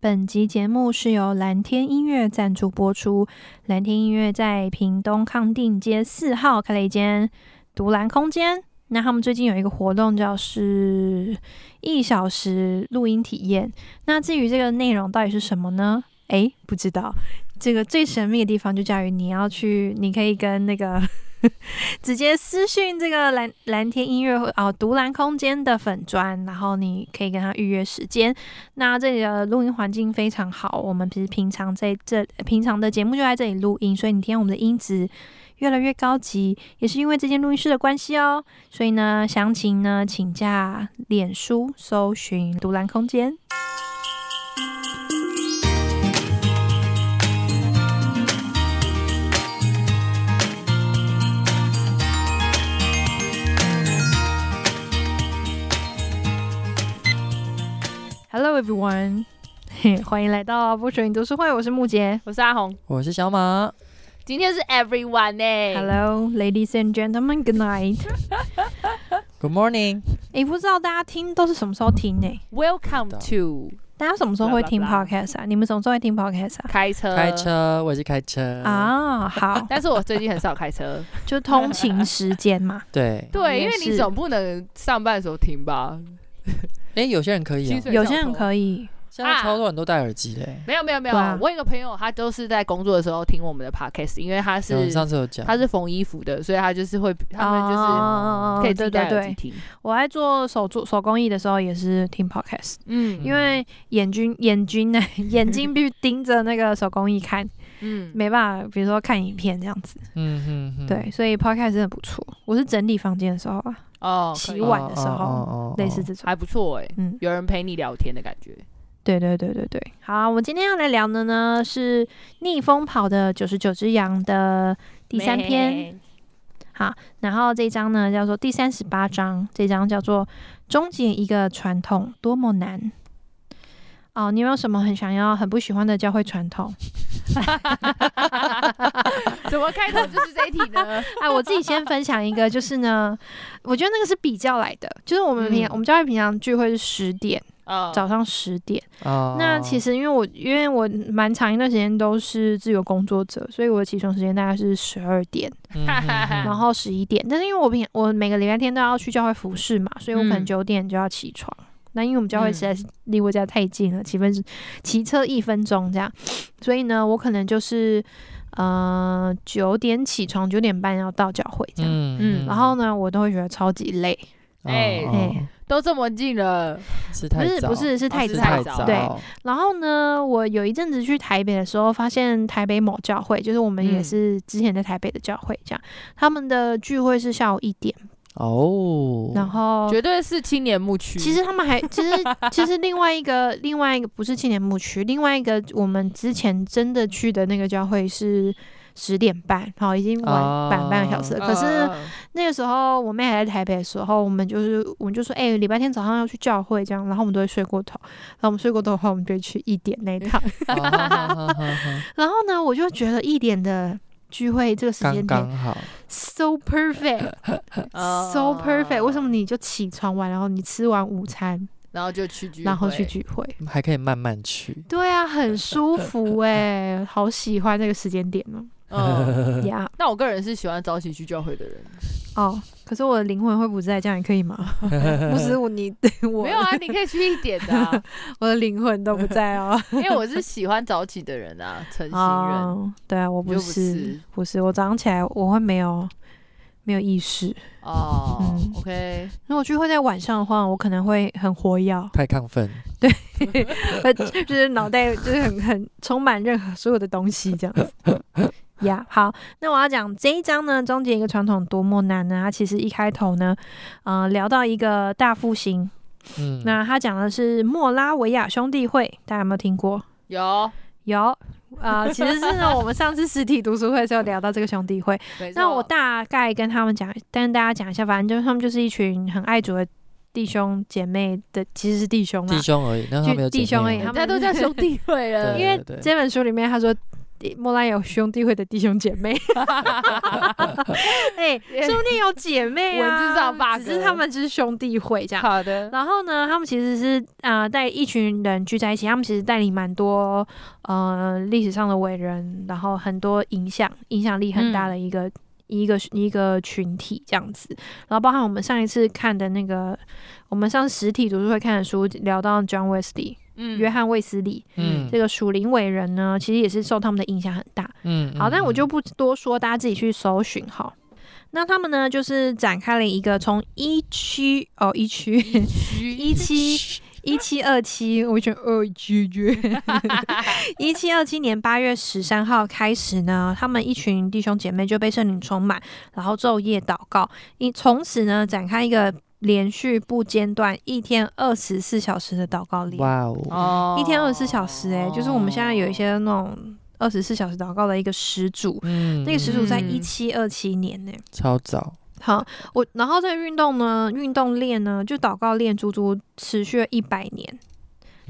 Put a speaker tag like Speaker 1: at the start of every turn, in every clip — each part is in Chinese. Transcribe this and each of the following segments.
Speaker 1: 本集节目是由蓝天音乐赞助播出。蓝天音乐在屏东康定街四号开了一间独蓝空间。那他们最近有一个活动，叫是一小时录音体验。那至于这个内容到底是什么呢？诶，不知道。这个最神秘的地方就在于你要去，你可以跟那个 直接私讯这个蓝蓝天音乐会哦，独蓝空间的粉砖，然后你可以跟他预约时间。那这里的录音环境非常好，我们其实平常在这平常的节目就在这里录音，所以你听我们的音质越来越高级，也是因为这间录音室的关系哦。所以呢，详情呢，请加脸书搜寻“独蓝空间”。Hello everyone，嘿 欢迎来到不水影读书会，我是木杰。
Speaker 2: 我是阿红，
Speaker 3: 我是小马，
Speaker 2: 今天是 everyone 欸呢、
Speaker 1: Hello ladies and gentlemen, good night。
Speaker 3: Good morning。
Speaker 1: 诶，不知道大家听都是什么时候听呢、
Speaker 2: Welcome to
Speaker 1: 大家什么时候会听
Speaker 2: Blah, blah, blah.
Speaker 1: podcast 啊？你们什么时候会听 podcast 啊？
Speaker 2: 开车，
Speaker 3: 开。车，我也是开
Speaker 2: 呃
Speaker 3: 车。
Speaker 1: 啊，好，
Speaker 2: 但是我最近很少 开车，
Speaker 1: 就通勤时间嘛。
Speaker 3: 对，
Speaker 2: 对，因
Speaker 1: 也
Speaker 2: 为
Speaker 1: 是
Speaker 2: 你总不能上班的时候听吧？
Speaker 3: 哎，有些人可以啊
Speaker 2: 薪，水
Speaker 1: 有些人
Speaker 2: 以。
Speaker 1: 可以，
Speaker 3: 现在超多人都戴耳机的欸。
Speaker 2: 没有没有没有，
Speaker 1: 对啊
Speaker 2: 我有一个朋友，他都是在工作的时候听我们的 podcast，因为他
Speaker 3: 有
Speaker 2: 是
Speaker 3: 哦人上次有讲，
Speaker 2: 他是缝衣服的，所以他就是会他们就是
Speaker 1: 哦
Speaker 2: 可以自
Speaker 1: 对
Speaker 2: 己
Speaker 1: 对
Speaker 2: 戴耳机
Speaker 1: 对。
Speaker 2: 听。
Speaker 1: 我在做手做手工艺的时候也是听 podcast，、
Speaker 2: 嗯
Speaker 1: 因为眼睛眼睛呢 眼睛必须盯着那个手工艺看，
Speaker 2: 嗯，
Speaker 1: 没办法，比如说看影片这样子。
Speaker 3: 嗯哼哼，
Speaker 1: 对，所以 podcast 真的不错。我是整理房间的时候啊，
Speaker 2: 哦，可以
Speaker 1: 洗碗的时候，
Speaker 3: 哦哦哦哦
Speaker 1: 类似这种。
Speaker 2: 还不错哎、
Speaker 1: 嗯，
Speaker 2: 有人陪你聊天的感觉。
Speaker 1: 对对对对对。好，我们今天要来聊的呢是《逆风跑的九十九只羊》的第三篇，
Speaker 2: 咩，
Speaker 1: 然后这一章呢叫做第三十八章，这章叫做“终结一个传统多么难”。哦，你有没有什么很想要、很不喜欢的教会传 统？
Speaker 2: 怎么开头就是这一题 呢？
Speaker 1: 哎，我自己先分享一个，就是 呢，我觉得那个是比较来的，就是我们平常、
Speaker 2: 嗯
Speaker 1: 我们教会平常聚会是十点，
Speaker 2: 哦
Speaker 1: 早上十点。
Speaker 3: 哦
Speaker 1: 那其实因为我因为我蛮长一段时间都是自由工作者，所以我的起床时间大概是十二点，
Speaker 3: 嗯哼哼
Speaker 1: 然后十一点。但是因为我平我每个礼拜天都要去教会服侍嘛，所以我可能
Speaker 2: 嗯
Speaker 1: 九点就要起床。那因为我们教会
Speaker 2: 嗯
Speaker 1: 实在是离我家太近了，骑分骑车一分钟这样，所以呢，我可能就是呃九点起床，九点半要到教会这样。
Speaker 3: 嗯
Speaker 2: 嗯
Speaker 1: 然后呢，我都会觉得超级累，
Speaker 2: 哎
Speaker 3: 哦
Speaker 1: 哎
Speaker 2: 都这么近了，
Speaker 3: 是
Speaker 1: 不
Speaker 3: 太
Speaker 1: 是
Speaker 3: 早，
Speaker 1: 不是是太
Speaker 2: 是
Speaker 1: 早，
Speaker 3: 太
Speaker 2: 早
Speaker 3: 早，哦
Speaker 1: 对，然后呢，我有一阵子去台北的时候，发现台北某教会，就是我们也
Speaker 2: 嗯
Speaker 1: 是之前在台北的教会，这样、他们的聚会是下午一点，
Speaker 3: 哦，
Speaker 1: 然后
Speaker 2: 绝对是青年牧区。
Speaker 1: 其实他们还其实其实另外一个另外一个不是青年牧区，另外一个我们之前真的去的那个教会是。十点半，好，已经晚
Speaker 3: 啊
Speaker 1: 晚半个小时了。可是
Speaker 2: 呃
Speaker 1: 那个时候我妹还在台北的时候，我们就是我们就说，哎、礼拜天早上要去教会这样，然后我们都会睡过头，然后我们睡过头的话，我们就会去一点那一趟。
Speaker 3: 哦哈哈哈哈哈
Speaker 1: 然后呢，我就觉得一点的聚会这个时间
Speaker 3: 刚
Speaker 1: 点
Speaker 3: 刚好，
Speaker 1: so perfect，so
Speaker 2: 呃
Speaker 1: perfect。为什么你就起床完，然后你吃完午餐，
Speaker 2: 然后就去聚会，
Speaker 1: 然后去聚会？
Speaker 3: 还可以慢慢去。
Speaker 1: 对啊，很舒服哎、好喜欢这个时间点哦。
Speaker 2: 嗯，
Speaker 1: 呀，
Speaker 2: 那我个人是喜欢早起去教会的人，
Speaker 1: 哦，可是我的灵魂会不在，这样也可以吗？ 不是我你我
Speaker 2: 没有啊，你可以去一点的啊，
Speaker 1: 我的灵魂都不在 哦。
Speaker 2: 因为我是喜欢早起的人啊，成型人。
Speaker 1: 哦，对啊，我
Speaker 2: 你
Speaker 1: 不
Speaker 2: 就是不是
Speaker 1: 不是，我早上起来我会没有没有意识。
Speaker 2: 哦
Speaker 1: 嗯
Speaker 2: ，OK，
Speaker 1: 如果聚会在晚上的话，我可能会很活跃。
Speaker 3: 太亢奋，
Speaker 1: 呃，就是脑袋就是很很充满任何所有的东西这样子。呀、好，那我要讲这一章呢，终结一个传统多么难呢？它其实一开头呢，呃，聊到一个大复兴，
Speaker 3: 嗯，
Speaker 1: 那他讲的是莫拉维亚兄弟会，大家有没有听过？
Speaker 2: 有，
Speaker 1: 有，呃，其实是呢，我们上次实体读书会的时候聊到这个兄弟会，
Speaker 2: 没错
Speaker 1: 那我大概跟他们讲，跟大家讲一下，反正就是他们就是一群很爱主的弟兄姐妹的，其实是弟兄啦
Speaker 3: 弟，兄而已，那他
Speaker 1: 就
Speaker 3: 们有
Speaker 1: 弟
Speaker 3: 姐
Speaker 1: 兄
Speaker 3: 妹
Speaker 1: 而已
Speaker 3: 吗
Speaker 1: 他
Speaker 2: 人
Speaker 1: 们
Speaker 2: 家都叫兄弟会了，
Speaker 3: 对
Speaker 1: 因为
Speaker 3: 对对
Speaker 1: 这本书里面他说弟莫拉有兄弟会的弟兄姐 妹，哎、说不定有姐妹啊，
Speaker 2: 文字上 bug
Speaker 1: 只是他们就是兄弟会这样。
Speaker 2: 好的，
Speaker 1: 然后呢，他们其实是呃带一群人聚在一起，他们其实带领蛮多呃历史上的伟人，然后很多影响影响力很
Speaker 2: 嗯
Speaker 1: 大的一个、一个一个群体这样子。然后包含我们上一次看的那个，我们上实体读书会看的书，聊到 John Wesley、
Speaker 2: 嗯
Speaker 1: 约翰卫斯理、
Speaker 3: 嗯
Speaker 1: 这个属灵伟人呢，其实也是受他们的影响很大。
Speaker 3: 嗯
Speaker 1: 好，
Speaker 3: 嗯
Speaker 1: 但我就
Speaker 3: 嗯
Speaker 1: 不多说，大家自己去搜寻哈。那他们呢，就是展开了一个从一区哦一区 一七
Speaker 3: 嘘
Speaker 1: 一七二七，我选二七 绝。一七二七年八月十三号开始呢，他们一群弟兄姐妹就被圣灵充满，然后昼夜祷告，一从此呢展开一个连续不间断一天二十四小时的祷告礼拜
Speaker 3: 哇哦，
Speaker 2: 哦
Speaker 1: 一天二十四小时、欸，就是我们现在有一些那种二十四小时祷告的一个始祖，
Speaker 3: 嗯
Speaker 1: 那个始祖在
Speaker 2: 嗯
Speaker 1: 一七二七年呢、欸
Speaker 3: 超早，
Speaker 1: 好，我然后这个运动呢，运动链呢，就祷告链足足持续了一百年，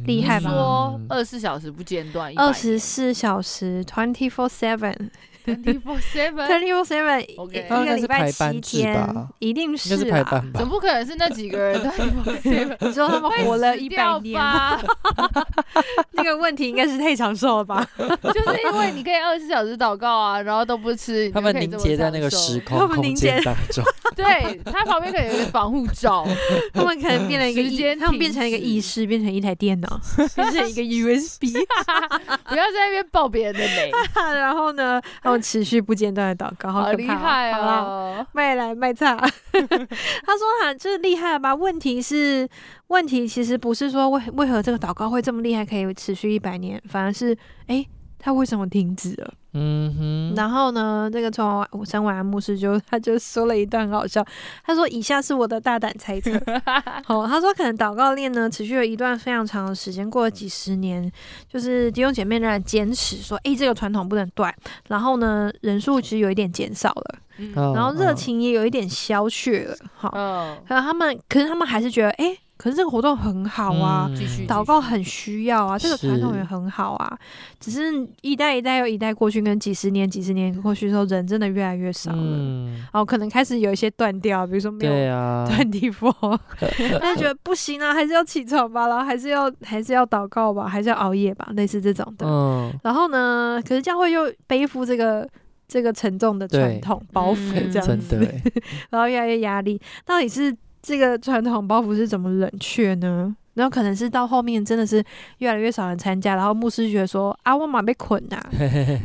Speaker 1: 厉害吧
Speaker 2: 说
Speaker 3: 嗯
Speaker 2: 二十四小时不间断，
Speaker 1: 二十四小小时，twenty four seven，twenty
Speaker 2: twenty four seven，
Speaker 1: four seven，
Speaker 2: OK
Speaker 3: 哦
Speaker 1: 一个礼拜七
Speaker 3: 应该是排班制吧
Speaker 1: 天，一定
Speaker 3: 应该
Speaker 1: 是啊
Speaker 3: 是排
Speaker 1: 啦。
Speaker 3: 班吧
Speaker 2: 总？不可能是那几个人 twenty four seven。
Speaker 1: 你说他 们活了一百年，
Speaker 2: 吧，
Speaker 1: 那个问题应该是太长寿了吧？
Speaker 2: 就是因为你可以二十四小时祷告啊，然后都不吃，
Speaker 3: 他们凝结在那个时
Speaker 2: 时，
Speaker 1: 他
Speaker 3: 空
Speaker 1: 们凝
Speaker 3: 空间
Speaker 1: 结
Speaker 3: 当 中，
Speaker 2: 对，它旁边可能有一个防护罩，
Speaker 1: 他们可能变了一个
Speaker 2: 时
Speaker 1: 意，
Speaker 2: 间
Speaker 1: 他们变成一个
Speaker 2: 停止
Speaker 1: 意识，变成一台电 脑，变成一 个 USB。
Speaker 2: 不要在那边爆别人的雷，
Speaker 1: 然后呢，他们持续不间断的祷告， 好
Speaker 2: 好
Speaker 1: 可
Speaker 2: 厉
Speaker 1: 怕哦
Speaker 2: 害
Speaker 1: 好啦
Speaker 2: 哦！
Speaker 1: 卖来卖差，他说哈，这厉害吧？问题是，问题其实不是说为为何这个祷告会这么厉害，可以持续一百年，反而是诶，他为什么停止了？
Speaker 3: 嗯哼，
Speaker 1: 然后呢，这个从我生完牧师就他就说了一段很好笑，他说以下是我的大胆猜测，哦，他说可能祷告链呢持续了一段非常长的时间，过了几十年，就是弟兄姐妹仍然坚持说，诶，这个传统不能断，然后呢，人数其实有一点减少了。
Speaker 2: 嗯
Speaker 1: 然后热
Speaker 3: 嗯，
Speaker 1: 情也有一点消去了，好，
Speaker 2: 嗯，
Speaker 1: 可能他们，可是他们还是觉得，哎、可是这个活动很好啊，
Speaker 3: 嗯
Speaker 2: 继续
Speaker 1: 祷告很需要啊，这个传统也
Speaker 3: 是
Speaker 1: 很好啊，只是一代一代又一代过去，跟几十年、几十年过去之后，人真的越来越少了，
Speaker 3: 嗯，
Speaker 1: 哦，可能开始有一些断掉，比如说没有
Speaker 3: 对啊，
Speaker 1: 断地佛， 他就觉得不行啊，还是要起床吧，然后还是要还是要祷告吧，还是要熬夜吧，类似这种的。
Speaker 3: 嗯，
Speaker 1: 然后呢，可是教会又背负这个这个沉重的传
Speaker 3: 对
Speaker 1: 统包袱，
Speaker 2: 嗯
Speaker 1: 这样
Speaker 3: 真
Speaker 1: 子。
Speaker 3: 的欸，
Speaker 1: 然后越来越压力。到底是这个传统包袱是怎么冷却呢？然后可能是到后面真的是越来越少人参加，然后牧师觉得说啊，我马被捆 啊，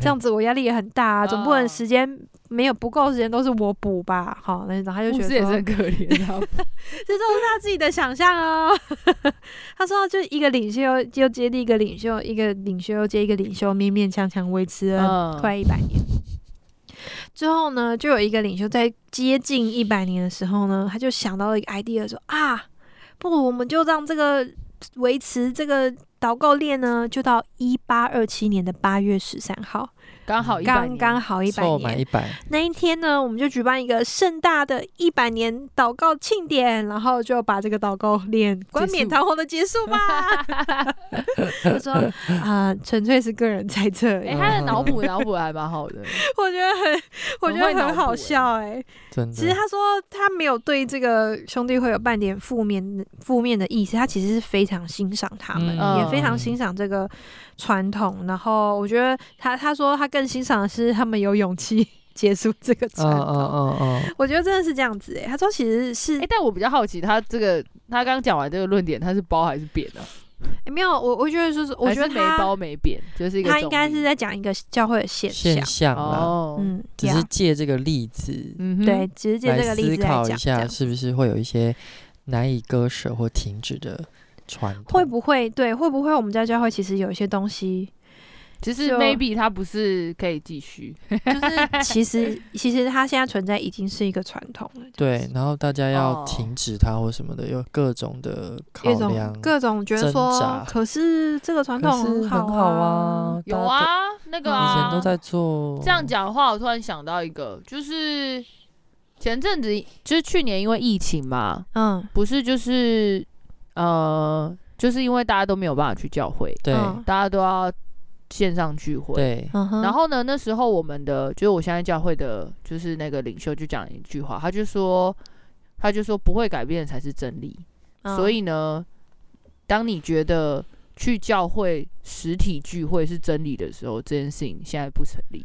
Speaker 1: 这样子我压力也很大啊，总不能
Speaker 2: 哦
Speaker 1: 时间没有不够时间都是我补吧？好，那然后他就
Speaker 2: 牧
Speaker 1: 觉得
Speaker 2: 师也是
Speaker 1: 说
Speaker 2: 很可怜 啊，
Speaker 1: 这都是他自己的想象哦。 他说，就一个领袖又接另一个领袖，一个领袖又接一个领袖，勉勉强强维持了
Speaker 2: 嗯
Speaker 1: 快一百年。之后呢，就有一个领袖在接近一百年的时候呢，他就想到了一个 idea，说啊，不如我们就让这个维持这个祷告链呢，就到一八二七年的八月十三号，
Speaker 2: 刚好哦一百
Speaker 1: 刚
Speaker 2: 年
Speaker 1: 刚好一百
Speaker 3: 凑
Speaker 1: 年
Speaker 3: 满一。百，
Speaker 1: 那一天呢，我们就举办一个盛大的一百年祷告庆典，然后就把这个祷告链冠冕堂皇的结束吧。他说啊、纯粹是个人猜测，
Speaker 2: 哎、他的脑补脑补还蛮好的，
Speaker 1: 我觉得很，我觉得很好笑哎、
Speaker 3: 真的，嗯
Speaker 1: 其实他说他没有对这个兄弟会有半点负面的负面的意思，他其实是非常欣赏他们，
Speaker 2: 嗯
Speaker 1: 也非常欣赏这个传统。然后我觉得他他说他更欣赏的是他们有勇气 结束这个传
Speaker 3: 嗯
Speaker 1: 统。
Speaker 3: 嗯嗯嗯，
Speaker 1: 我觉得真的是这样子诶、他说其实是、
Speaker 2: 哎、但我比较好奇，他这个他刚讲完这个论点，他是包还是扁呢、啊？
Speaker 1: 诶没有我，我觉得就是我觉得
Speaker 2: 还是没
Speaker 1: 他
Speaker 2: 包没扁，就是一个
Speaker 1: 他应该
Speaker 2: 中立
Speaker 1: 是在讲一个教会的现象
Speaker 3: 现，象啦，
Speaker 2: 哦，
Speaker 1: 嗯，
Speaker 3: 只
Speaker 1: 呀
Speaker 3: 是借这个例子
Speaker 2: 嗯哼
Speaker 1: 对，，只是借
Speaker 3: 来
Speaker 1: 这个例
Speaker 3: 思
Speaker 1: 子来
Speaker 3: 考
Speaker 1: 讲
Speaker 3: 一
Speaker 1: 这样
Speaker 3: 下，。嗯是不是会有一些难以割舍或停止的传统？
Speaker 1: 会不会对？会不会我们在教会其实有一些东西，
Speaker 2: 其实
Speaker 1: 就
Speaker 2: maybe 他不是可以继 续，
Speaker 1: 就是其实其实它现在存在已经是一个传统了，
Speaker 3: 对，然后大家要
Speaker 2: 哦
Speaker 3: 停止它或什么的，有各种的考
Speaker 1: 一种
Speaker 3: 量。
Speaker 1: 各种觉得
Speaker 3: 挣
Speaker 1: 说
Speaker 3: 扎，
Speaker 1: 可是这个传
Speaker 3: 可
Speaker 1: 统
Speaker 3: 是很
Speaker 1: 好
Speaker 3: 好啊，，
Speaker 2: 有
Speaker 3: 大家
Speaker 2: 啊，那
Speaker 1: 以
Speaker 2: 个
Speaker 3: 都，以
Speaker 2: 啊，
Speaker 3: 前都在做
Speaker 2: 这样。讲的话，我突然想到一个，就是前阵子就是去年因为疫情嘛，
Speaker 1: 嗯，
Speaker 2: 不是就是呃，就是因为大家都没有办法去教会，
Speaker 3: 对，
Speaker 1: 嗯
Speaker 2: 大家都要线上聚会。
Speaker 3: 对，
Speaker 1: 嗯哼，
Speaker 2: 然后呢，那时候我们的就是我现在教会的，就是那个领袖就讲一句话，他就说，他就说不会改变的才是真理。
Speaker 1: 嗯
Speaker 2: 所以呢，当你觉得去教会实体聚会是真理的时候，这件事情现在不成立。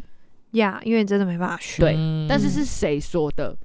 Speaker 1: 呀，因为真的没办法去。
Speaker 2: 对
Speaker 3: 嗯
Speaker 2: 但是是谁说的？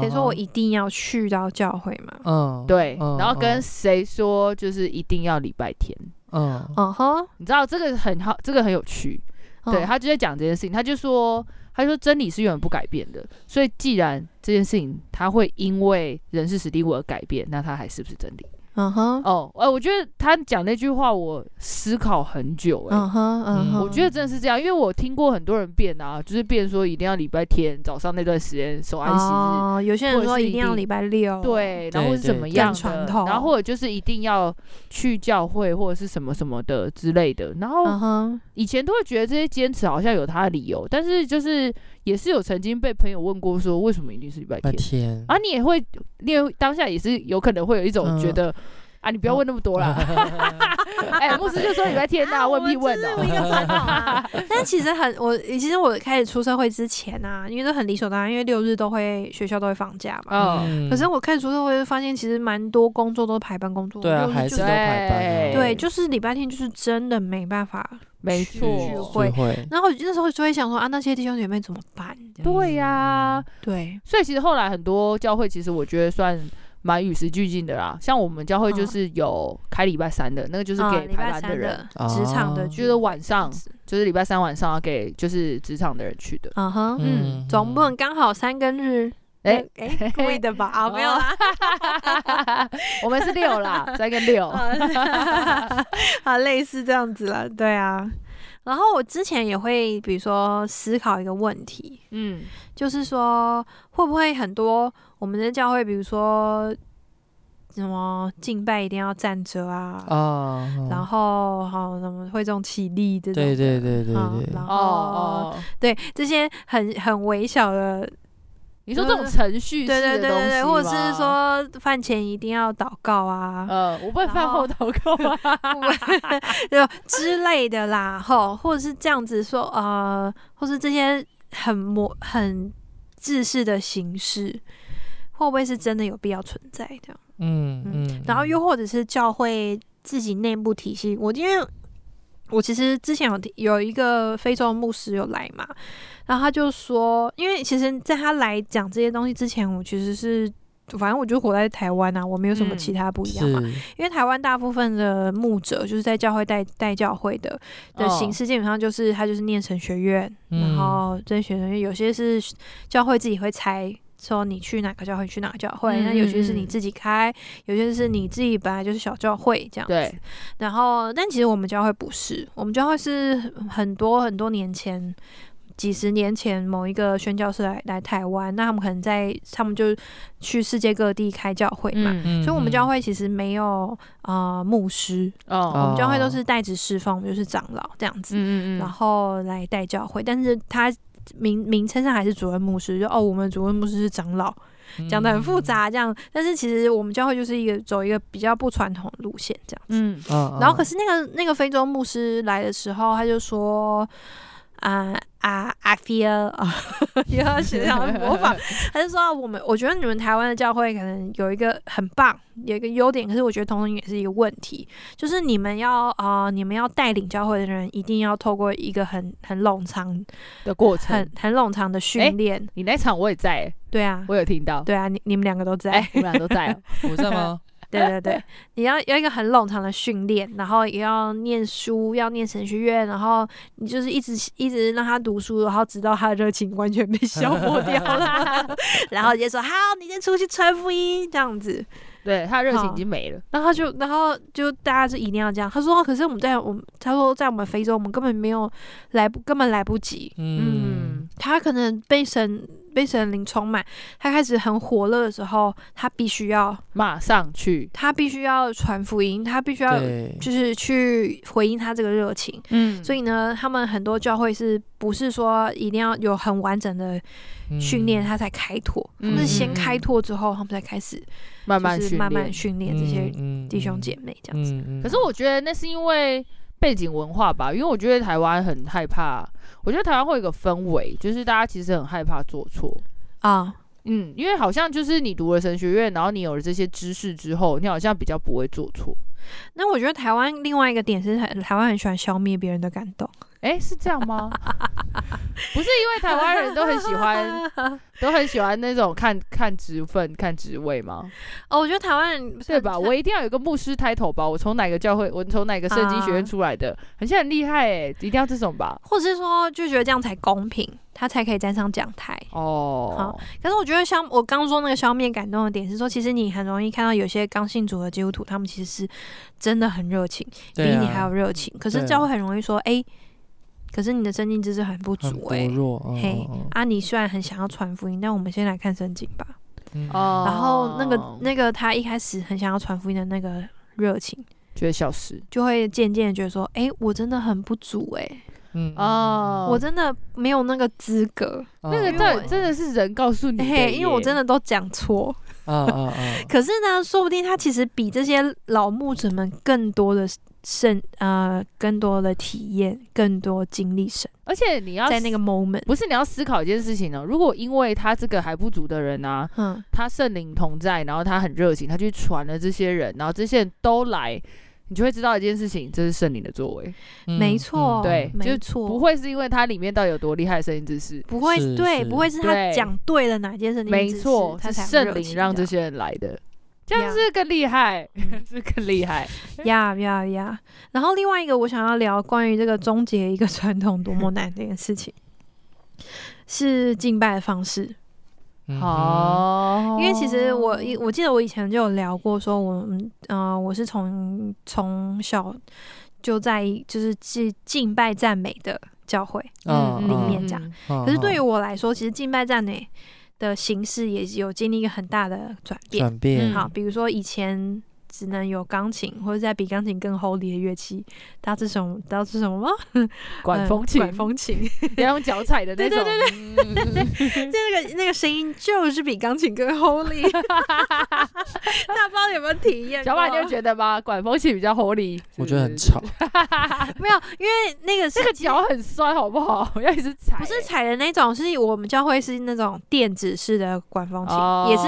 Speaker 1: 谁说我
Speaker 3: 哦
Speaker 1: 一定要去到教会嘛？
Speaker 3: 嗯
Speaker 2: 对，
Speaker 3: 嗯
Speaker 2: 然后跟
Speaker 3: 嗯
Speaker 2: 谁说就是一定要礼拜天？
Speaker 3: 嗯
Speaker 1: 嗯哼，
Speaker 2: 你知道这个很好，这个很有趣。
Speaker 1: 嗯
Speaker 2: 对他就在讲这件事情，他就说，他说真理是永远不改变的，所以既然这件事情它会因为人事实地物而改变，那它还是不是真理？
Speaker 1: 嗯哼，
Speaker 2: 哦，哎、我觉得他讲那句话，我思考很久、哎、
Speaker 1: 嗯哼，嗯哼，
Speaker 2: 我觉得真的是这样，因为我听过很多人辩啊，就是辩说一定要礼拜天早上那段时间守安息日。
Speaker 1: 哦，有些人
Speaker 2: 或者
Speaker 1: 说
Speaker 2: 是
Speaker 1: 一
Speaker 2: 一
Speaker 1: 定要
Speaker 2: 定
Speaker 1: 礼拜六，，
Speaker 2: 对，然后
Speaker 3: 对
Speaker 2: 是怎
Speaker 3: 对
Speaker 2: 么
Speaker 3: 对
Speaker 2: 样
Speaker 1: 更传
Speaker 2: 的
Speaker 1: 统
Speaker 2: 然后或者就是一定要去教会或者是什么什么的之类的。然后
Speaker 1: 嗯哼，
Speaker 2: 以前都会觉得这些坚持好像有它的理由，但是就是也是有曾经被朋友问过说为什么一定是礼拜
Speaker 3: 那
Speaker 2: 天
Speaker 3: 天
Speaker 2: 啊？你也会，你也会当下也是有可能会有一种
Speaker 3: 嗯
Speaker 2: 觉得、啊，你不要问那么多啦。 哎、牧师就说礼拜天呐、
Speaker 1: 啊
Speaker 2: 问屁问
Speaker 1: 我们就是有一个传统啊
Speaker 2: 哦。
Speaker 1: 但其实很，我其实我开始出社会之前啊，因为这很理所当然，因为六日都会学校都会放假嘛。
Speaker 3: 嗯
Speaker 2: 哦，
Speaker 1: 可是我开始出社会，发现其实蛮多工作都是排班工作，
Speaker 3: 对啊，
Speaker 1: 六日
Speaker 3: 还
Speaker 1: 就是是
Speaker 3: 都排班啊，
Speaker 2: 对
Speaker 1: 对，就是礼拜天就是真的没办法。
Speaker 2: 没
Speaker 1: 去聚
Speaker 2: 错，
Speaker 1: 会
Speaker 3: 聚会，
Speaker 1: 然后那时候就会想说啊，那些弟兄姐妹怎么办？
Speaker 2: 对呀、
Speaker 1: 嗯对，
Speaker 2: 所以其实后来很多教会，其实我觉得算蛮与时俱进的啦。像我们教会就
Speaker 1: 嗯
Speaker 2: 是有开礼拜三的，那个就是
Speaker 1: 啊
Speaker 2: 给
Speaker 1: 礼
Speaker 2: 排
Speaker 1: 拜
Speaker 2: 班
Speaker 1: 三
Speaker 2: 的人，
Speaker 1: 的职场的
Speaker 3: 哦
Speaker 1: 聚
Speaker 2: 就是晚上，
Speaker 1: 子
Speaker 2: 就是礼拜三晚上要给就是职场的人去的。
Speaker 1: 嗯哼，
Speaker 2: 嗯
Speaker 1: 总不能刚好三更日。
Speaker 2: 哎
Speaker 1: 哎哎，故意的吧？啊，没有啦，
Speaker 2: 我们是六啦，三跟
Speaker 3: 哦
Speaker 2: 六。
Speaker 1: 啊，类似这样子啦，对啊。然后我之前也会，比如说思考一个问题，
Speaker 2: 嗯，
Speaker 1: 就是说会不会很多我们的教会，比如说什么敬拜一定要站着啊，
Speaker 3: 啊，
Speaker 1: 然后好什么会众起立这种的，
Speaker 3: 对对对对
Speaker 1: 嗯
Speaker 3: 对
Speaker 1: 然，
Speaker 2: 哦
Speaker 1: 后
Speaker 2: 哦，
Speaker 1: 对这些很很微小的
Speaker 2: 你说这种程序式
Speaker 1: 对对
Speaker 2: 的
Speaker 1: 对
Speaker 2: 东
Speaker 1: 对
Speaker 2: 西
Speaker 1: 对，
Speaker 2: 吗
Speaker 1: 或者是，说饭前一定要祷告啊，
Speaker 2: 呃，我不会饭后啊祷告吗？
Speaker 1: 就之类的啦，吼，或者是这样子说，呃，或是这些很模很制式的形式，会不会是真的有必要存在这样？
Speaker 3: 嗯嗯，
Speaker 1: 然后又
Speaker 3: 嗯
Speaker 1: 或者是教会自己内部体系，我因为。我其实之前有提有一个非洲牧师有来嘛，然后他就说，因为其实在他来讲这些东西之前，我其实是反正我就活在台湾啊，我没有什么
Speaker 2: 嗯
Speaker 1: 其他不一样嘛。
Speaker 3: 是
Speaker 1: 因为台湾大部分的牧者就是在教会带带教会的的
Speaker 2: 哦
Speaker 1: 形式，基本上就是他就是念神学院，然
Speaker 3: 嗯
Speaker 1: 后这些学院有些是教会自己会拆。说你去哪个教会，你去哪个教会？那、
Speaker 2: 嗯
Speaker 1: 有些是
Speaker 2: 嗯
Speaker 1: 你自己开，有些是你自己本来就是小教会这样子。
Speaker 2: 对，
Speaker 1: 然后，但其实我们教会不是，我们教会是很多很多年前，几十年前某一个宣教士来来台湾，那他们可能在他们就去世界各地开教会嘛。
Speaker 2: 嗯，
Speaker 1: 所以我们教
Speaker 3: 会
Speaker 1: 会其实没有呃牧师，我
Speaker 2: 哦，
Speaker 1: 们教会都是代职侍奉，就是长老这样子，
Speaker 2: 嗯嗯嗯，
Speaker 1: 然后来带教会。但是他名名称上还是主任牧师，就哦，我们主任牧师是长老，
Speaker 2: 嗯
Speaker 1: 讲的很复，杂这样。但是其实我们教会就是一个走一个比较不传统的路线这样子。
Speaker 2: 嗯，
Speaker 3: 嗯嗯
Speaker 1: 然后可
Speaker 3: 嗯
Speaker 1: 是那个那个非洲牧师来的时候，他就说。啊啊，I feel 啊，又要学他模仿，他就说、啊、我们，我觉得你们台湾的教会可能有一个很棒，有一个优点，可是我觉得同时也是一个问题，就是你们要啊、呃你们要带领教会的人，一定要透过一个很很冗长、
Speaker 2: 的过程
Speaker 1: 很。很冗长的
Speaker 2: 诶
Speaker 1: 训练。
Speaker 2: 你那场我也在，
Speaker 1: 对啊，
Speaker 2: 我有听到，
Speaker 1: 对啊，你你们两个都在。
Speaker 2: 哎，我们俩都在哦，
Speaker 3: 我 在吗？
Speaker 1: 对对对，你要有一个很冗长的训练，然后也要念书，要念神学院，然后你就是一直一直让他读书，然后直到他的热情完全被消磨掉 了，然后你就说好，你先出去传福音这样子，
Speaker 2: 对，他的热情
Speaker 1: 好
Speaker 2: 已经没了。
Speaker 1: 然后他就然后就大家就一定要这样。他说，哦可是我们在我们他说在我们非洲，我们根本没有来不根本来不及，
Speaker 3: 嗯，
Speaker 1: 他可能被神被神灵充满，他开始很火热的时候，他必须要
Speaker 2: 马上去，
Speaker 1: 他必须要传福音，他必须要
Speaker 3: 对，
Speaker 1: 就是去回应他这个热情。
Speaker 2: 嗯
Speaker 1: 所以呢，他们很多教会是不是说一定要有很完整的训练，
Speaker 3: 嗯
Speaker 1: 他才开拓？他
Speaker 2: 嗯
Speaker 1: 们是先开拓之后，他们才开始
Speaker 2: 慢慢
Speaker 1: 就是
Speaker 2: 训
Speaker 1: 慢慢
Speaker 2: 练
Speaker 1: 训练这些
Speaker 3: 嗯嗯
Speaker 1: 弟兄
Speaker 3: 嗯
Speaker 1: 姐妹这样子。
Speaker 3: 嗯嗯
Speaker 2: 可是我觉得那是因为背景文化吧，因为我觉得台湾很害怕，我觉得台湾会有一个氛围，就是大家其实很害怕做错。
Speaker 1: 啊，
Speaker 2: 嗯，因为好像就是你读了神学院，然后你有了这些知识之后，你好像比较不会做错。
Speaker 1: 那我觉得台湾另外一个点是台台湾很喜欢消灭别人的感动，
Speaker 2: 诶，哎是这样 吗？不是，因为台湾人都很喜欢， 都很喜欢那种看看职分、看职位吗？
Speaker 1: 哦，我觉得台湾人
Speaker 2: 对吧？我一定要有个牧师 title 吧？我从哪个教会？我从哪个圣经学
Speaker 1: 啊
Speaker 2: 院出来的？很像很厉害诶，一定要这种吧？
Speaker 1: 或是说就觉得这样才公平，他才可以站上讲台。
Speaker 2: 哦
Speaker 1: 好，可是我觉得消我刚说那个消灭感动的点是说，其实你很容易看到有些刚信主的基督徒，他们其实是真的很热情，比
Speaker 3: 对啊，
Speaker 1: 你还要热情。可是
Speaker 3: 对啊
Speaker 1: 教会很容易说，哎、可是你的圣经知识很不
Speaker 3: 很
Speaker 1: 足、
Speaker 3: 薄
Speaker 1: 诶。哎。
Speaker 3: 弱，
Speaker 1: 嘿
Speaker 3: 嗯嗯
Speaker 1: 啊，你虽然很想要传福音，但我们先来看圣经吧。
Speaker 3: 嗯
Speaker 2: 哦，
Speaker 1: 然后那个那个他一开始很想要传福音的那个热情，
Speaker 2: 觉得消失
Speaker 1: 就会渐渐地觉得说，哎、我真的很不足、诶，
Speaker 3: 嗯嗯
Speaker 2: 哦，
Speaker 1: 我真的没有那个资格，
Speaker 3: 嗯
Speaker 2: 那个
Speaker 1: 因为
Speaker 2: 到
Speaker 1: 我
Speaker 2: 底真的是人告诉你 的
Speaker 1: 嘿，因为我
Speaker 2: 嗯耶
Speaker 1: 真的都讲错。
Speaker 3: 啊啊啊，
Speaker 1: 可是呢，说不定他其实比这些老牧者们更多的胜呃，更多的体验，更多经历神，
Speaker 2: 而且你要
Speaker 1: 在那个 moment，
Speaker 2: 不是你要思考一件事情呢、如果因为他这个还不足的人啊，
Speaker 1: 嗯，
Speaker 2: 他圣灵同在，然后他很热情，他去传了这些人，然后这些人都来，你就会知道一件事情，这是圣灵的作为，
Speaker 3: 嗯
Speaker 1: 没错，
Speaker 3: 嗯
Speaker 2: 对就
Speaker 1: 没错，
Speaker 2: 不。会是因为他里面到底有多厉害的圣灵知识，
Speaker 1: 不会
Speaker 3: 是
Speaker 1: 对，
Speaker 3: 是
Speaker 1: 不会是他
Speaker 2: 对
Speaker 1: 讲对了哪件事情，
Speaker 2: 没
Speaker 1: 只是
Speaker 2: 错，
Speaker 1: 他
Speaker 2: 是
Speaker 1: 才会
Speaker 2: 圣
Speaker 1: 热
Speaker 2: 灵
Speaker 1: 情
Speaker 2: 让这
Speaker 1: 的
Speaker 2: 些人来的，这样是更厉害，
Speaker 1: 嗯
Speaker 2: 是更厉害，
Speaker 1: 呀呀呀。然后另外一个我想要聊关于这个终结一个传统多么难的一件事情，是敬拜的方式。
Speaker 3: 嗯哼嗯
Speaker 2: 哦，
Speaker 1: 因为其实我以我记得我以前就有聊过，说我们呃我是从从小就在就是敬敬拜赞美的教会，
Speaker 3: 啊
Speaker 1: 里面呃这样
Speaker 2: 嗯
Speaker 3: 啊
Speaker 1: 可是对于我来说，其实敬拜赞美的形式也有经历一个很大的转变。
Speaker 3: 转变
Speaker 2: 嗯
Speaker 1: 好，比如说以前。只能有钢琴，或者在比钢琴更 holy 的乐器，大家知道是什么？知道是什么吗？嗯
Speaker 2: 管风琴，
Speaker 1: 管风琴。
Speaker 2: 要用脚踩的那种，对对对
Speaker 1: 那个那个声音就是比钢琴更 holy。大 家不知道有没有体验过？
Speaker 2: 小马你有觉得吗？管风琴比较合理，
Speaker 3: 我觉得很吵，
Speaker 1: 没有，因为那个是
Speaker 2: 这个脚很酸，好不好？ 要一直踩欸，
Speaker 1: 不是踩啊的那种，是我们教会是那种电子式的管风琴，
Speaker 2: 哦
Speaker 1: 也是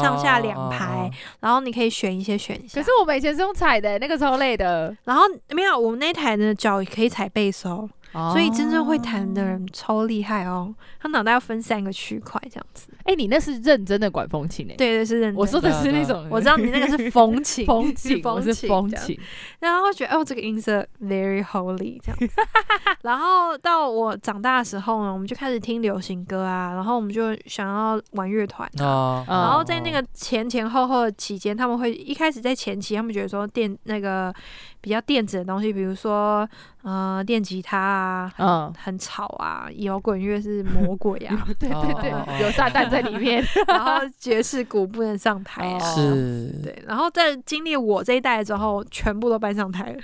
Speaker 1: 上下两排，
Speaker 3: 哦，
Speaker 1: 然后你可以选一些选一下。
Speaker 2: 可是我们以前是用踩的，欸那个超累的，
Speaker 1: 然后没有，我们那台的脚也可以踩贝斯哦，所以真正会弹的人超厉害哦，他脑袋要分三个区块这样子。
Speaker 2: 哎、你那是认真的管风琴哎、
Speaker 1: 对对，是认真。
Speaker 2: 我说的
Speaker 3: 啊
Speaker 2: 是那种，
Speaker 1: 我知道你那个是风 琴，
Speaker 2: 风
Speaker 1: 是
Speaker 2: 琴，我是风
Speaker 1: 这样
Speaker 2: 琴，
Speaker 1: 然后觉得哦，这个音色 very holy 这样子。 然后到我长大的时候呢，我们就开始听流行歌啊，然后我们就想要玩乐团啊。
Speaker 3: 啊
Speaker 2: 然
Speaker 1: 然后在那个前前后后的期间，他们会一开始在前期，他们觉得说电那个比较电子的东西，比如说呃电吉他啊，
Speaker 2: 嗯，
Speaker 1: 很吵啊，摇滚乐是魔鬼啊，
Speaker 2: 对
Speaker 3: 哦
Speaker 2: 对
Speaker 3: 哦哦
Speaker 2: 对，有撒旦在里面，
Speaker 1: 然后爵士鼓不能上台啊。
Speaker 2: 哦
Speaker 3: 是
Speaker 1: 对，然后在经历我这一代之后，全部都搬上台了。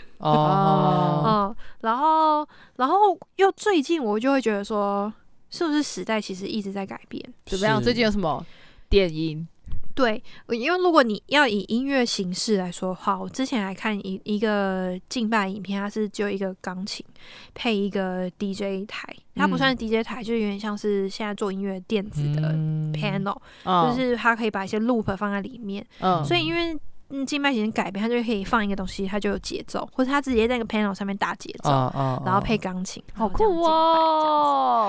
Speaker 3: 哦
Speaker 1: 嗯，然后，然后又最近我就会觉得说，是不是时代其实一直在改变？
Speaker 2: 怎么样？
Speaker 3: 是
Speaker 2: 最近有什么电音？
Speaker 1: 对，因为如果你要以音乐形式来说的话，我之前还看一一个敬拜影片，它是只有一个钢琴配一个 DJ 台，它不
Speaker 2: 嗯
Speaker 1: 算是 DJ 台，就有点像是现在做音乐电子的
Speaker 3: 嗯
Speaker 1: panel，、
Speaker 2: 嗯，
Speaker 1: 就是它可以把一些 loop 放在里面，
Speaker 3: 哦
Speaker 2: 嗯，
Speaker 1: 所以因为。嗯，静脉型改变，它就可以放一个东西，它就有节奏，或者它直接在那个 panel 上面打节奏，
Speaker 3: 啊啊，
Speaker 1: 然后
Speaker 3: 啊
Speaker 1: 配 钢琴，
Speaker 2: 好
Speaker 1: 然后这样
Speaker 2: 酷
Speaker 1: 敬拜这样子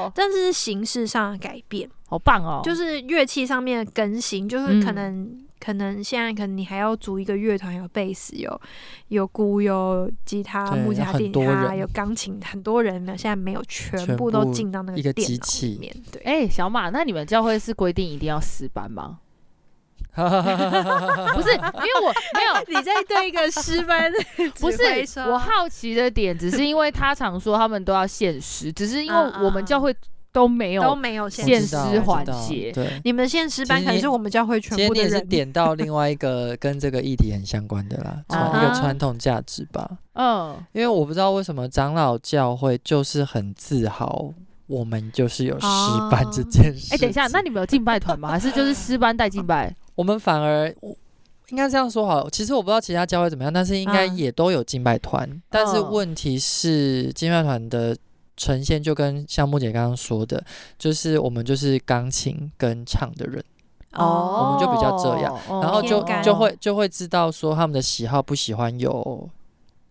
Speaker 2: 哦，
Speaker 1: 但是是形式上的改变，
Speaker 2: 好棒哦，
Speaker 1: 就是是乐器上面的更新，就是可
Speaker 2: 嗯
Speaker 1: 能、可能现在可能你还要组一个乐团，有贝斯，有有鼓，有吉他、
Speaker 3: 对
Speaker 1: 木吉他、
Speaker 3: 很
Speaker 1: 电吉
Speaker 3: 多
Speaker 1: 他，
Speaker 3: 人
Speaker 1: 有钢琴，很多人呢现在没有，全
Speaker 3: 全
Speaker 1: 部都
Speaker 3: 部
Speaker 1: 进到那
Speaker 3: 一个
Speaker 1: 电
Speaker 3: 机
Speaker 1: 脑里
Speaker 3: 器
Speaker 1: 面。对，
Speaker 2: 哎、小马，那你们教会是规定一定要私班 吗？不是，因为我没 有，
Speaker 1: 你在对一个师班
Speaker 2: 不是我好奇的点，只是因为他常说他们都要限时，只是因
Speaker 3: 啊
Speaker 2: 为我们教会都没
Speaker 1: 都
Speaker 2: 有。
Speaker 1: 没有
Speaker 3: 我
Speaker 1: 现
Speaker 2: 现
Speaker 3: 知道
Speaker 2: 实
Speaker 3: 我知
Speaker 2: 环
Speaker 3: 道
Speaker 2: 节
Speaker 3: 对。
Speaker 1: 你们现实班
Speaker 3: 今
Speaker 1: 可能是
Speaker 3: 天
Speaker 1: 我们教会
Speaker 3: 今
Speaker 1: 全
Speaker 3: 天
Speaker 1: 部
Speaker 3: 你
Speaker 1: 的
Speaker 3: 也是
Speaker 1: 人，
Speaker 3: 点到另外一个 跟这个议题很相关的啦，传一
Speaker 2: 啊
Speaker 3: 个传统价值吧。
Speaker 2: 嗯，
Speaker 3: 因为我不知道为什么长老教会就是很自豪，我们就是有师
Speaker 2: 哦
Speaker 3: 班
Speaker 2: 哎
Speaker 3: 这件事。
Speaker 2: 哎、等一下，那你们有敬拜团吗？还是就是师班带敬拜？
Speaker 3: 我们反而我应该这样说好了。其实我不知道其他教会怎么样，但是应该
Speaker 2: 嗯
Speaker 3: 也都有敬拜团。但是
Speaker 2: 哦
Speaker 3: 问题是，敬拜团的呈现就跟像木姐刚刚说的，就是我们就是钢琴跟唱的人，
Speaker 1: 哦
Speaker 3: 我们就比较这样，
Speaker 2: 哦
Speaker 3: 然后哦就
Speaker 1: 偏感
Speaker 3: 就会就会知道说他们的喜好不喜欢有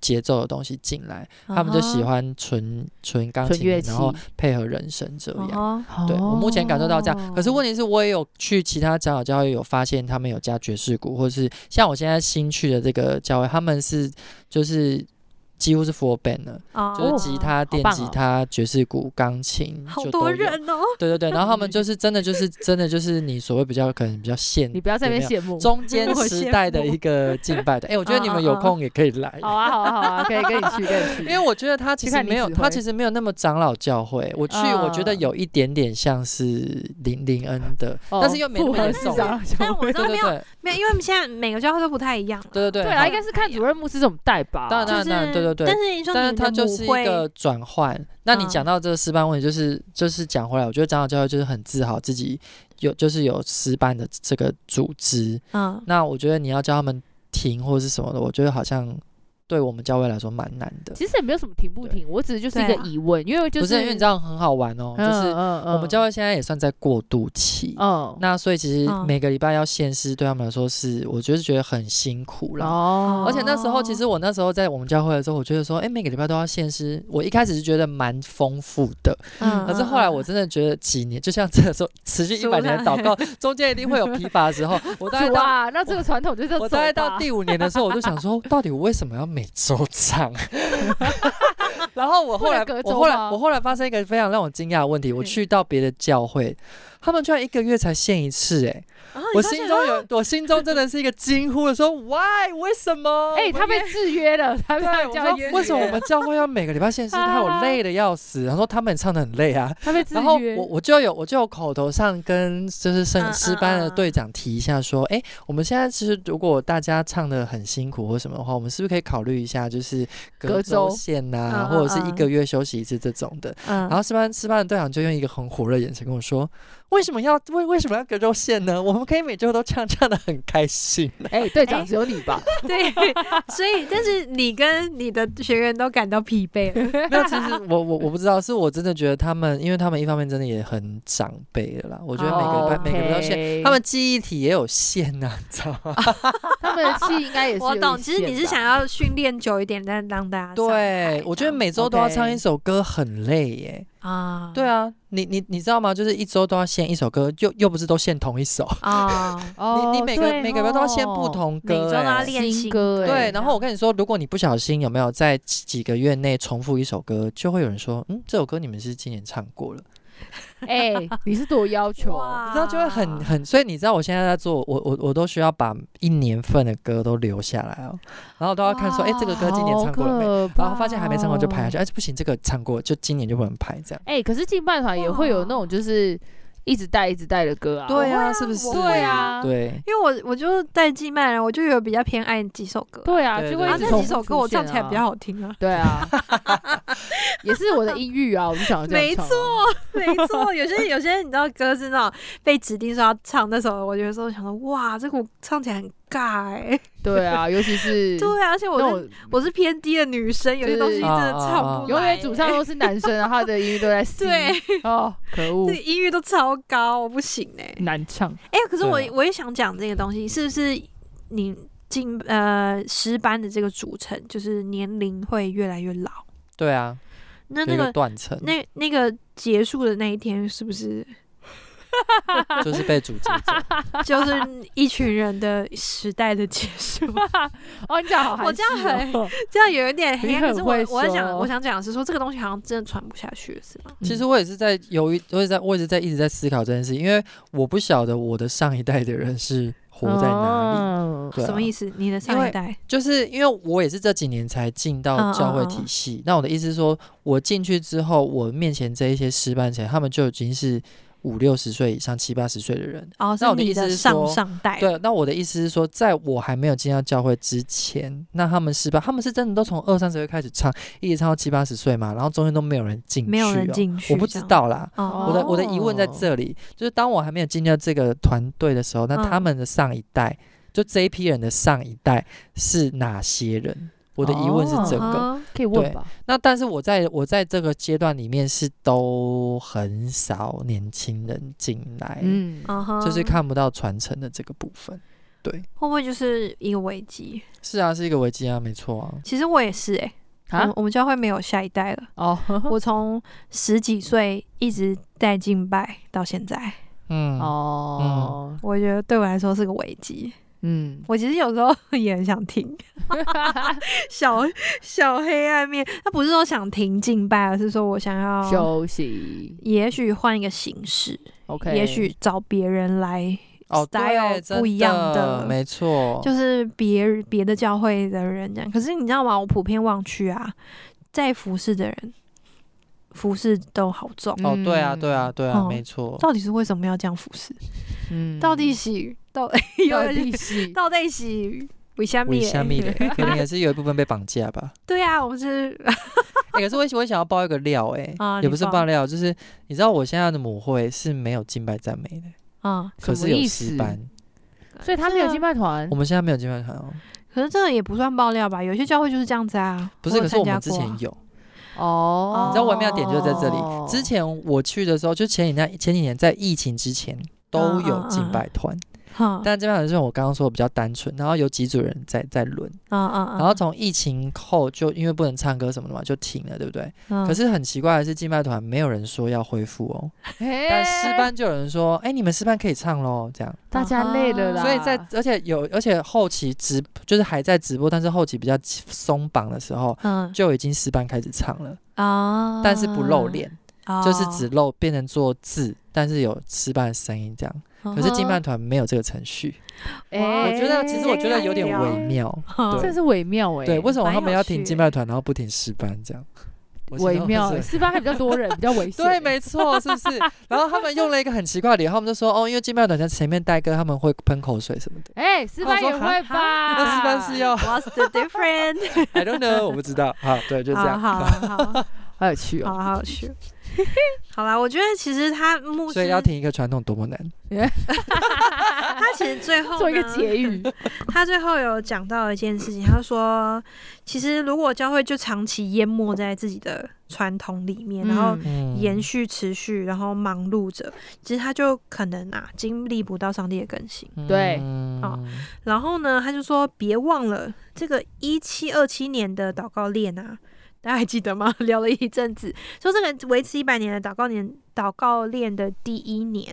Speaker 3: 节奏的东西进来，他
Speaker 1: 哦
Speaker 3: 们就
Speaker 1: 啊
Speaker 3: 喜欢纯纯钢
Speaker 2: 纯
Speaker 3: 琴，
Speaker 2: 乐器
Speaker 3: 然后配合人声这样。
Speaker 1: 哦
Speaker 3: 对我目前感受到这
Speaker 2: 哦
Speaker 3: 样，可是问题是我也有去其他长老教会有发现他们有加爵士鼓，或者是像我现在新去的这个教会，他们是就是几乎是 full band 的，
Speaker 1: 哦，
Speaker 3: 就是吉他、电
Speaker 2: 棒
Speaker 3: 吉
Speaker 2: 哦
Speaker 3: 他、爵士鼓、钢琴，
Speaker 1: 好
Speaker 3: 就
Speaker 1: 多
Speaker 3: 都有。
Speaker 1: 人哦，
Speaker 3: 对对对，然后他们就是真的就 是真的就是你所谓比较可能比较现
Speaker 2: 你不要在那边羡慕，
Speaker 3: 中间
Speaker 1: 我
Speaker 3: 时
Speaker 1: 羡
Speaker 3: 代的
Speaker 1: 慕
Speaker 3: 一个敬拜的，哎，我觉得你们
Speaker 1: 嗯
Speaker 3: 有
Speaker 1: 嗯嗯
Speaker 3: 空也可以来。
Speaker 2: 好啊好啊好啊，可以跟你去跟你去，
Speaker 3: 因为我觉得他其
Speaker 2: 去
Speaker 3: 实
Speaker 2: 看你
Speaker 3: 没有，
Speaker 2: 指
Speaker 3: 他
Speaker 2: 挥
Speaker 3: 其实没有那么长老教会。我去，我觉得
Speaker 2: 嗯
Speaker 3: 有一点点像是林林恩的，但是又没那
Speaker 2: 哦复
Speaker 3: 么
Speaker 2: 合
Speaker 3: 严
Speaker 2: 式
Speaker 3: 重。
Speaker 2: 长
Speaker 1: 但
Speaker 2: 小
Speaker 1: 我
Speaker 2: 会
Speaker 1: 知
Speaker 3: 对
Speaker 1: 道
Speaker 3: 对
Speaker 1: 没有
Speaker 3: 对
Speaker 1: 没有，因为我们现在每个教会都不太一样。
Speaker 3: 对对对，
Speaker 2: 对啊，应该是看主任牧师怎么带吧，
Speaker 3: 当然
Speaker 1: 就
Speaker 3: 那
Speaker 1: 是
Speaker 3: 那对对对
Speaker 1: 但是你说
Speaker 3: 但是
Speaker 1: 你
Speaker 3: 它
Speaker 1: 的
Speaker 3: 就是
Speaker 1: 母
Speaker 3: 一
Speaker 1: 会
Speaker 3: 个转换。那你
Speaker 1: 嗯
Speaker 3: 讲到这个师班问题，就是就是讲回来，我觉得长老教会就是很自豪自己有就是有师班的这个组织。
Speaker 1: 嗯
Speaker 3: 那我觉得你要叫他们停或是什么的，我觉得好像对我们教会来说蛮难的。
Speaker 2: 其实也没有什么停不停，我只是就是一个
Speaker 1: 对
Speaker 2: 嗯
Speaker 1: 啊
Speaker 2: 疑问，因为就
Speaker 3: 不是因为你知道很好玩哦，
Speaker 1: 嗯
Speaker 3: 就是
Speaker 2: 我
Speaker 3: 我们教会现在也算在过渡期。
Speaker 2: 嗯，
Speaker 3: 那所以其实
Speaker 1: 哦嗯
Speaker 3: 每个礼拜要献诗，对他们来说是，我觉得觉得很辛苦啦。
Speaker 2: 哦，
Speaker 3: 而且那时候，其实我那时候在我们教会的时候，我觉得说，哎、每个礼拜都要献诗。我一开始是觉得蛮丰富的，
Speaker 1: 嗯，
Speaker 3: 可是后来我真的觉得几年，就像这个时候持续一百年的祷告，中间一定会有疲乏的时候。我 大概
Speaker 2: 主
Speaker 3: 到
Speaker 2: 啊，那这个传统就是
Speaker 3: 我大概到第五年的时候，我就想说，到底我为什么要每周 唱？然后我后来
Speaker 2: 不能，隔
Speaker 3: 我
Speaker 2: 周
Speaker 3: 后来，
Speaker 2: 吗
Speaker 3: 我后来发生一个非常让我惊讶的问题，我
Speaker 1: 嗯
Speaker 3: 去到别的教会，他们居然一个月才献一次、哎。
Speaker 1: 啊
Speaker 3: 我
Speaker 1: 你发
Speaker 3: 心
Speaker 1: 现
Speaker 3: 中有，我心中真的是一个惊呼的说，Why？为什么？
Speaker 2: 哎，他被制约 了，他被
Speaker 3: 对，我
Speaker 2: 教
Speaker 3: 说为什么我们教会要每个礼拜献诗？他我累的要死。然后他们唱的很累啊。
Speaker 2: 他被制
Speaker 3: 然后
Speaker 2: 约
Speaker 3: 我，我就有我就有口头上跟就是
Speaker 1: 嗯
Speaker 3: 圣
Speaker 1: 嗯
Speaker 3: 诗班的
Speaker 1: 嗯
Speaker 3: 队长提一下说，哎、我们现在其实如果大家唱的很辛苦或什么的话，我们是不是可以考虑一下，就是
Speaker 2: 隔
Speaker 3: 隔周
Speaker 2: 周
Speaker 3: 线呐、
Speaker 1: 嗯嗯
Speaker 3: 或者是一
Speaker 1: 嗯
Speaker 3: 个月休息一次这种的。
Speaker 1: 嗯，
Speaker 3: 然后师班师班的队长就用一个很火热的眼神跟我说：“为什么要为为什么要隔周线呢？我们可以每周都唱，唱的很开心。
Speaker 2: 哎，队长
Speaker 1: 哎
Speaker 2: 只有你 吧？
Speaker 1: 对，所以但是你跟你的学员都感到疲惫 了，”
Speaker 3: 那其实我我我不知道，是我真的觉得他们，因为他们一方面真的也很长辈了啦。我觉得每个礼拜、每个礼拜都
Speaker 1: 哦
Speaker 3: 限，
Speaker 2: 限
Speaker 3: 他们记忆体也有限呐、你知道吗？
Speaker 2: 他们的气应该也是
Speaker 1: 我
Speaker 2: 有
Speaker 1: 懂。
Speaker 2: 一
Speaker 1: 其实你
Speaker 2: 线
Speaker 1: 是
Speaker 2: 吧
Speaker 1: 想要训练久一点，但让大家啊
Speaker 3: 对，我觉得每周都要唱一
Speaker 2: OK
Speaker 3: 首歌很累耶。
Speaker 1: 啊，
Speaker 3: 对啊，你你你知道吗？就是一周都要献一首歌，又又不是都献同一首。
Speaker 1: 啊，
Speaker 2: 哦，
Speaker 3: 你你每个、
Speaker 2: 对哦
Speaker 3: 每个礼拜都要献
Speaker 2: 吼
Speaker 3: 不同
Speaker 1: 哦每
Speaker 3: 歌耶，
Speaker 1: 周
Speaker 3: 哎
Speaker 1: 都要练
Speaker 2: 新
Speaker 1: 新
Speaker 2: 歌哎
Speaker 3: 对，然后我跟你说，如果你不小心有没有在几几个月内重复一首歌，就会有人说，嗯，这首歌你们是今年唱过了，
Speaker 2: 哎，你是多要求？
Speaker 1: 啊
Speaker 3: 你知道就会很很，所以你知道我现在在做，我我我都需要把一年份的歌都留下来哦，然后都要看说，哎，这个歌今年唱过了没？
Speaker 2: 没
Speaker 3: 然后发现还没唱过就排
Speaker 1: 哦
Speaker 3: 下去，哎，不行，这个唱过就今年就不能排这样。
Speaker 2: 哎、可是敬拜团也会有那种就是一直带一直带的歌啊。
Speaker 3: 对啊，是不是？
Speaker 2: 对啊
Speaker 3: 对。
Speaker 1: 因为我我就带季麦人，我就有比较偏爱几首歌，
Speaker 2: 对啊，
Speaker 3: 对
Speaker 2: 就
Speaker 3: 对
Speaker 2: 会
Speaker 1: 然后
Speaker 2: 一直
Speaker 1: 那
Speaker 2: 重
Speaker 1: 几
Speaker 2: 复
Speaker 1: 首歌我
Speaker 2: 出现
Speaker 1: 唱起来比较
Speaker 2: 啊。
Speaker 1: 好听啊。
Speaker 2: 对啊，也是我的音域啊，我就想要这样
Speaker 1: 没
Speaker 2: 唱啊
Speaker 1: 错， 没错，有些有些你知道歌是那种被指定说要唱那首，我有的时候想说哇，这个我唱起来很尬哎、
Speaker 2: 对啊，尤其是
Speaker 1: 对啊，而且
Speaker 2: 那
Speaker 1: 我是
Speaker 2: 种
Speaker 1: 我啊是偏低的女生，有些东西真的唱不来、
Speaker 2: 永远主唱都是男生，然啊后他的音域都在 C
Speaker 1: 对，
Speaker 2: 哦，可恶
Speaker 1: 这，音域都超高，我不行哎、
Speaker 2: 难唱。
Speaker 1: 哎、可是我
Speaker 3: 对啊
Speaker 1: 我也想讲这个东西，是不是你进呃师班的这个组成，就是年龄会越来越老？
Speaker 3: 对啊，
Speaker 1: 那
Speaker 3: 有
Speaker 1: 那
Speaker 3: 一个
Speaker 1: 个
Speaker 3: 断层，
Speaker 1: 那那个结束的那一天，是不是
Speaker 3: 就是 被组织走。
Speaker 1: 就是一群人的时代的结束？
Speaker 2: 哦，你讲好含蓄哦，
Speaker 1: 我这样这样有一点黑暗。
Speaker 2: 你
Speaker 1: 可
Speaker 2: 很
Speaker 1: 是
Speaker 2: 会
Speaker 1: 我我在想，
Speaker 2: 说
Speaker 1: 我想讲的是说，这个东西好像真的传不下去了，是吗？
Speaker 3: 其实我也是在犹豫，我也在，我也是在一直在思考这件事，因为我不晓得我的上一代的人是活在哪里，
Speaker 2: 里？
Speaker 3: 对
Speaker 1: 哦
Speaker 3: 啊
Speaker 1: 什么意思？你的
Speaker 3: 因
Speaker 1: 上
Speaker 3: 为
Speaker 1: 一代
Speaker 3: 就是因为我也是这几年才进到
Speaker 1: 嗯
Speaker 3: 教会
Speaker 1: 嗯嗯
Speaker 3: 体系。那我的意思是说，我进去之后，我面前这一些师班前，他们就已经是五六十岁以上、七八十岁的人。
Speaker 1: 哦，
Speaker 3: 那
Speaker 1: 是
Speaker 3: 我的
Speaker 1: 你
Speaker 3: 意思是
Speaker 1: 上
Speaker 3: 说
Speaker 1: 上代。
Speaker 3: 对，那我的意思是说，在我还没有进到教会之前，那他们师班，他们是真的都从二三十岁开始唱，一直唱到七八十岁嘛，然后中间都没有人进去、哦，
Speaker 1: 没有人进去，
Speaker 3: 我不知。道啦。
Speaker 1: 哦，
Speaker 3: 我的我的
Speaker 2: 哦
Speaker 3: 疑问在这里，就是当我还没有进入这个团队的时候，那
Speaker 1: 嗯
Speaker 3: 他们的上一代，就这一批人的上一代是哪些人？我的疑问是这个。
Speaker 1: 哦
Speaker 2: 可以问吧？
Speaker 3: 那但是我在我在这个阶段里面是都很少年轻人进来，
Speaker 2: 嗯，
Speaker 1: 嗯哼
Speaker 3: 就是看不到传承的这个部分。对，
Speaker 1: 会不会就是一个危机？
Speaker 3: 是啊，是一个危机啊，没错啊。
Speaker 1: 其实我也是哎、我
Speaker 2: 啊
Speaker 1: 们，我们教会没有下一代
Speaker 3: 嗯
Speaker 1: 了。
Speaker 2: 哦，
Speaker 1: 我从十几岁一直在敬拜到现在，
Speaker 3: 嗯，
Speaker 2: 哦，
Speaker 1: 我觉得对我来说是个危机。
Speaker 2: 嗯，
Speaker 1: 我其实有时候也很想停， 小小黑暗面。他不是说想停敬拜，而是说我想 要，
Speaker 2: 休息
Speaker 1: 也许换一个形式，
Speaker 2: ，OK，
Speaker 1: 也许找别人来，
Speaker 3: 哦，对
Speaker 1: style
Speaker 3: 真
Speaker 1: 不一样
Speaker 3: 的，
Speaker 1: 的
Speaker 3: 没错，
Speaker 1: 就是别别的教会的人这样。可是你知道吗？我普遍忘去啊，在服侍的人，服侍都好重。
Speaker 3: 哦，对啊，对啊，对啊，
Speaker 1: 哦
Speaker 3: 没错。
Speaker 1: 到底是为什么要这样服侍？
Speaker 2: 嗯，
Speaker 1: 到底是到
Speaker 2: 到
Speaker 1: 有
Speaker 2: 底
Speaker 1: 人
Speaker 2: 是
Speaker 1: 到底是为什么
Speaker 3: 为？虾米嘞？可能也是有一部分被绑架吧。
Speaker 1: 对啊，我们 是
Speaker 3: 哎、可是我我想要爆一个料、欸，哎、
Speaker 1: 啊
Speaker 3: 也
Speaker 1: 你
Speaker 3: 不是
Speaker 1: 爆
Speaker 3: 爆料，就是你知道我现在的母会是没有敬拜赞美的，
Speaker 1: 啊，
Speaker 3: 可
Speaker 2: 什么
Speaker 3: 是有
Speaker 2: 意
Speaker 3: 诗
Speaker 2: 思
Speaker 3: 班，
Speaker 2: 所以他没有敬拜团
Speaker 3: 我，们现在没有敬拜团哦，
Speaker 1: 可是这个也不算爆料吧？有些教会就是这样子啊。
Speaker 3: 不是，
Speaker 1: 有
Speaker 3: 可是我
Speaker 1: 参加
Speaker 3: 们之前
Speaker 1: 过啊
Speaker 3: 有，
Speaker 2: 哦，
Speaker 3: 你知道微妙点就是在这里。
Speaker 2: 哦
Speaker 3: 之前我去的时候，就前几年前几年在疫情之前都
Speaker 1: 啊
Speaker 3: 有敬拜团，
Speaker 1: 哈，
Speaker 3: 但敬拜团是我刚刚说的比较单纯，然后有几组人在在轮，
Speaker 1: 啊啊啊！
Speaker 3: 然后从疫情后就因为不能唱歌什么的嘛，就停了，对不对？
Speaker 1: 嗯
Speaker 3: 可是很奇怪的是，敬拜团没有人说要恢复哦，但
Speaker 1: 哎
Speaker 2: 但
Speaker 3: 诗班就有人说，哎，你们诗班可以唱喽，这样。
Speaker 2: 大家累了啦，
Speaker 3: 啊所以在而且有而且后期直就是还在直播，但是后期比较松绑的时候，
Speaker 1: 嗯
Speaker 3: 就已经诗班开始唱了，
Speaker 1: 啊，
Speaker 3: 但是不露脸。
Speaker 1: 哦，
Speaker 3: 就是只露变成做字，但是有吃饭的声音这样。
Speaker 1: 嗯哼，
Speaker 3: 可是金曼团没有这个程序，
Speaker 1: 哇
Speaker 2: 哎，
Speaker 3: 我觉得其实我觉得有点
Speaker 1: 哎
Speaker 3: 微妙。
Speaker 1: 嗯哼
Speaker 2: 这是微妙哎，
Speaker 3: 对，为什么他们要停
Speaker 1: 蛮有趣
Speaker 3: 金曼团，然后不停诗班 这样？我心
Speaker 2: 微
Speaker 3: 中
Speaker 2: 妙
Speaker 3: 就
Speaker 2: 欸？
Speaker 3: 是
Speaker 2: 四班还比较多人，比较危险欸。
Speaker 3: 对，没错，是不 是？然后他们用了一个很奇怪的理由，他们就说哦，因为金曼团在前面带歌，他们会喷口水什么的。
Speaker 2: 哎，四班也会吧？
Speaker 1: 啊
Speaker 3: 那诗班是 要
Speaker 1: What's the difference？
Speaker 3: I don't know，我不知道。好，对， 就这样。
Speaker 1: 好好好
Speaker 2: 好有趣哦，
Speaker 1: 好好学。 好啦，我觉得其实他牧
Speaker 3: 所
Speaker 1: 师
Speaker 3: 以要停一个传统多么难。
Speaker 1: 他其实最后
Speaker 2: 做一个
Speaker 1: 呢
Speaker 2: 结语。
Speaker 1: 他最后有讲到一件事情，他说，其实如果教会就长期淹没在自己的传统里面，然后
Speaker 2: 嗯
Speaker 3: 嗯，
Speaker 1: 延续、持续，然后忙碌着，其实他就可能啊经历不到上帝的更新。
Speaker 2: 对
Speaker 3: 嗯
Speaker 1: 哦然后呢，他就说，别忘了这个一七二七年的祷告链啊。大家还记得吗？ 聊了一阵子，说这个维持一百年的祷告年祷告链的第一年，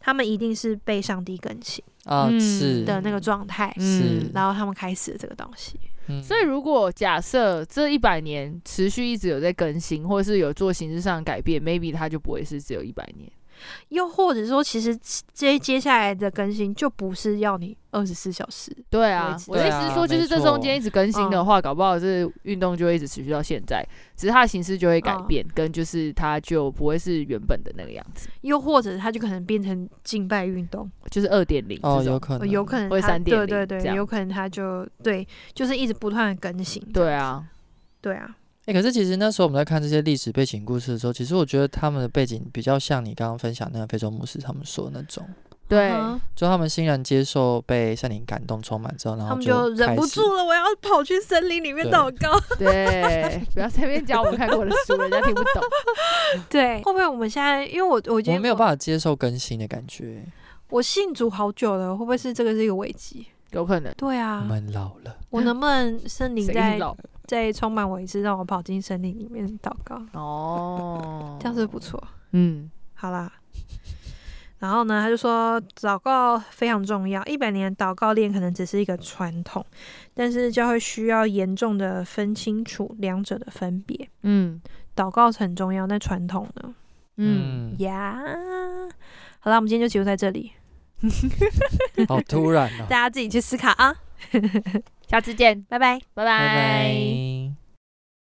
Speaker 1: 他们一定是被上帝更新
Speaker 3: 啊，
Speaker 2: 嗯
Speaker 3: 是
Speaker 1: 的那个状态，
Speaker 3: 是
Speaker 1: 然后他们开始了这个东西。
Speaker 3: 嗯
Speaker 2: 所以，如果假设这一百年持续一直有在更新，或者是有做形式上的改变，maybe 它就不会是只有一百年。
Speaker 1: 又或者说，其实接接下来的更新就不是要你二十四小时，
Speaker 2: 对啊，我的
Speaker 3: 对
Speaker 2: 意
Speaker 3: 啊
Speaker 2: 思是说，就是
Speaker 3: 没
Speaker 2: 这
Speaker 3: 错嗯
Speaker 2: 中间一直更新的话，搞不好这运动就会一直持续到现在，只是它的形式就会
Speaker 3: 嗯
Speaker 2: 改变，跟就是它就不会是原本的那个样子，
Speaker 1: 又或者它就可能变成敬拜运动，
Speaker 2: 就是二点零
Speaker 3: 哦，
Speaker 2: 这种。
Speaker 3: 有可
Speaker 1: 呃
Speaker 3: 能，
Speaker 1: 有可能
Speaker 2: 会
Speaker 1: 它
Speaker 2: 3.0
Speaker 1: 对对
Speaker 2: 这
Speaker 1: 对，
Speaker 2: 样
Speaker 1: 有可能它就对，就是一直不断的更新。
Speaker 2: 对
Speaker 3: 嗯
Speaker 2: 啊，
Speaker 1: 对啊，
Speaker 3: 哎、可是其实那时候我们在看这些历史背景故事的时候，其实我觉得他们的背景比较像你刚刚分享那个非洲牧师他们说的那种，
Speaker 2: 对，
Speaker 1: 嗯
Speaker 3: 就他们欣然接受被圣灵感动充满之后，然后
Speaker 1: 他们就忍不
Speaker 3: 开始
Speaker 1: 住了，我要跑去森林里面
Speaker 3: 对
Speaker 1: 祷告。
Speaker 2: 对，不要随便讲我们看过的书，人家听不懂。
Speaker 1: 对，会不会我们现在，因为我我觉
Speaker 3: 我
Speaker 1: 得
Speaker 3: 没有办法接受更新的感觉，
Speaker 1: 我信主好久了，会不会是这个是一个危机？
Speaker 2: 有可能
Speaker 1: 对
Speaker 3: 我
Speaker 1: 啊，
Speaker 3: 们老了。
Speaker 1: 我能不能森林
Speaker 2: 谁
Speaker 1: 再
Speaker 2: 老
Speaker 1: 再充满我一次，让我跑进森林里面祷告？
Speaker 2: 哦，
Speaker 1: 这样是不是不错。
Speaker 2: 嗯，
Speaker 1: 好啦。然后呢，他就说祷告非常重要，一百年祷告链可能只是一个传统，但是教会需要严重的分清楚两者的分别。
Speaker 2: 嗯
Speaker 1: 祷告很重要，那传统呢？
Speaker 2: 嗯，
Speaker 3: 嗯，
Speaker 1: 呀、好啦，我们今天就结束在这里，
Speaker 3: 好突然哦 哦
Speaker 1: 大，家自己去思考啊，
Speaker 2: 下次见，
Speaker 1: 拜拜。
Speaker 2: 拜
Speaker 3: 拜
Speaker 2: 拜。
Speaker 3: 拜。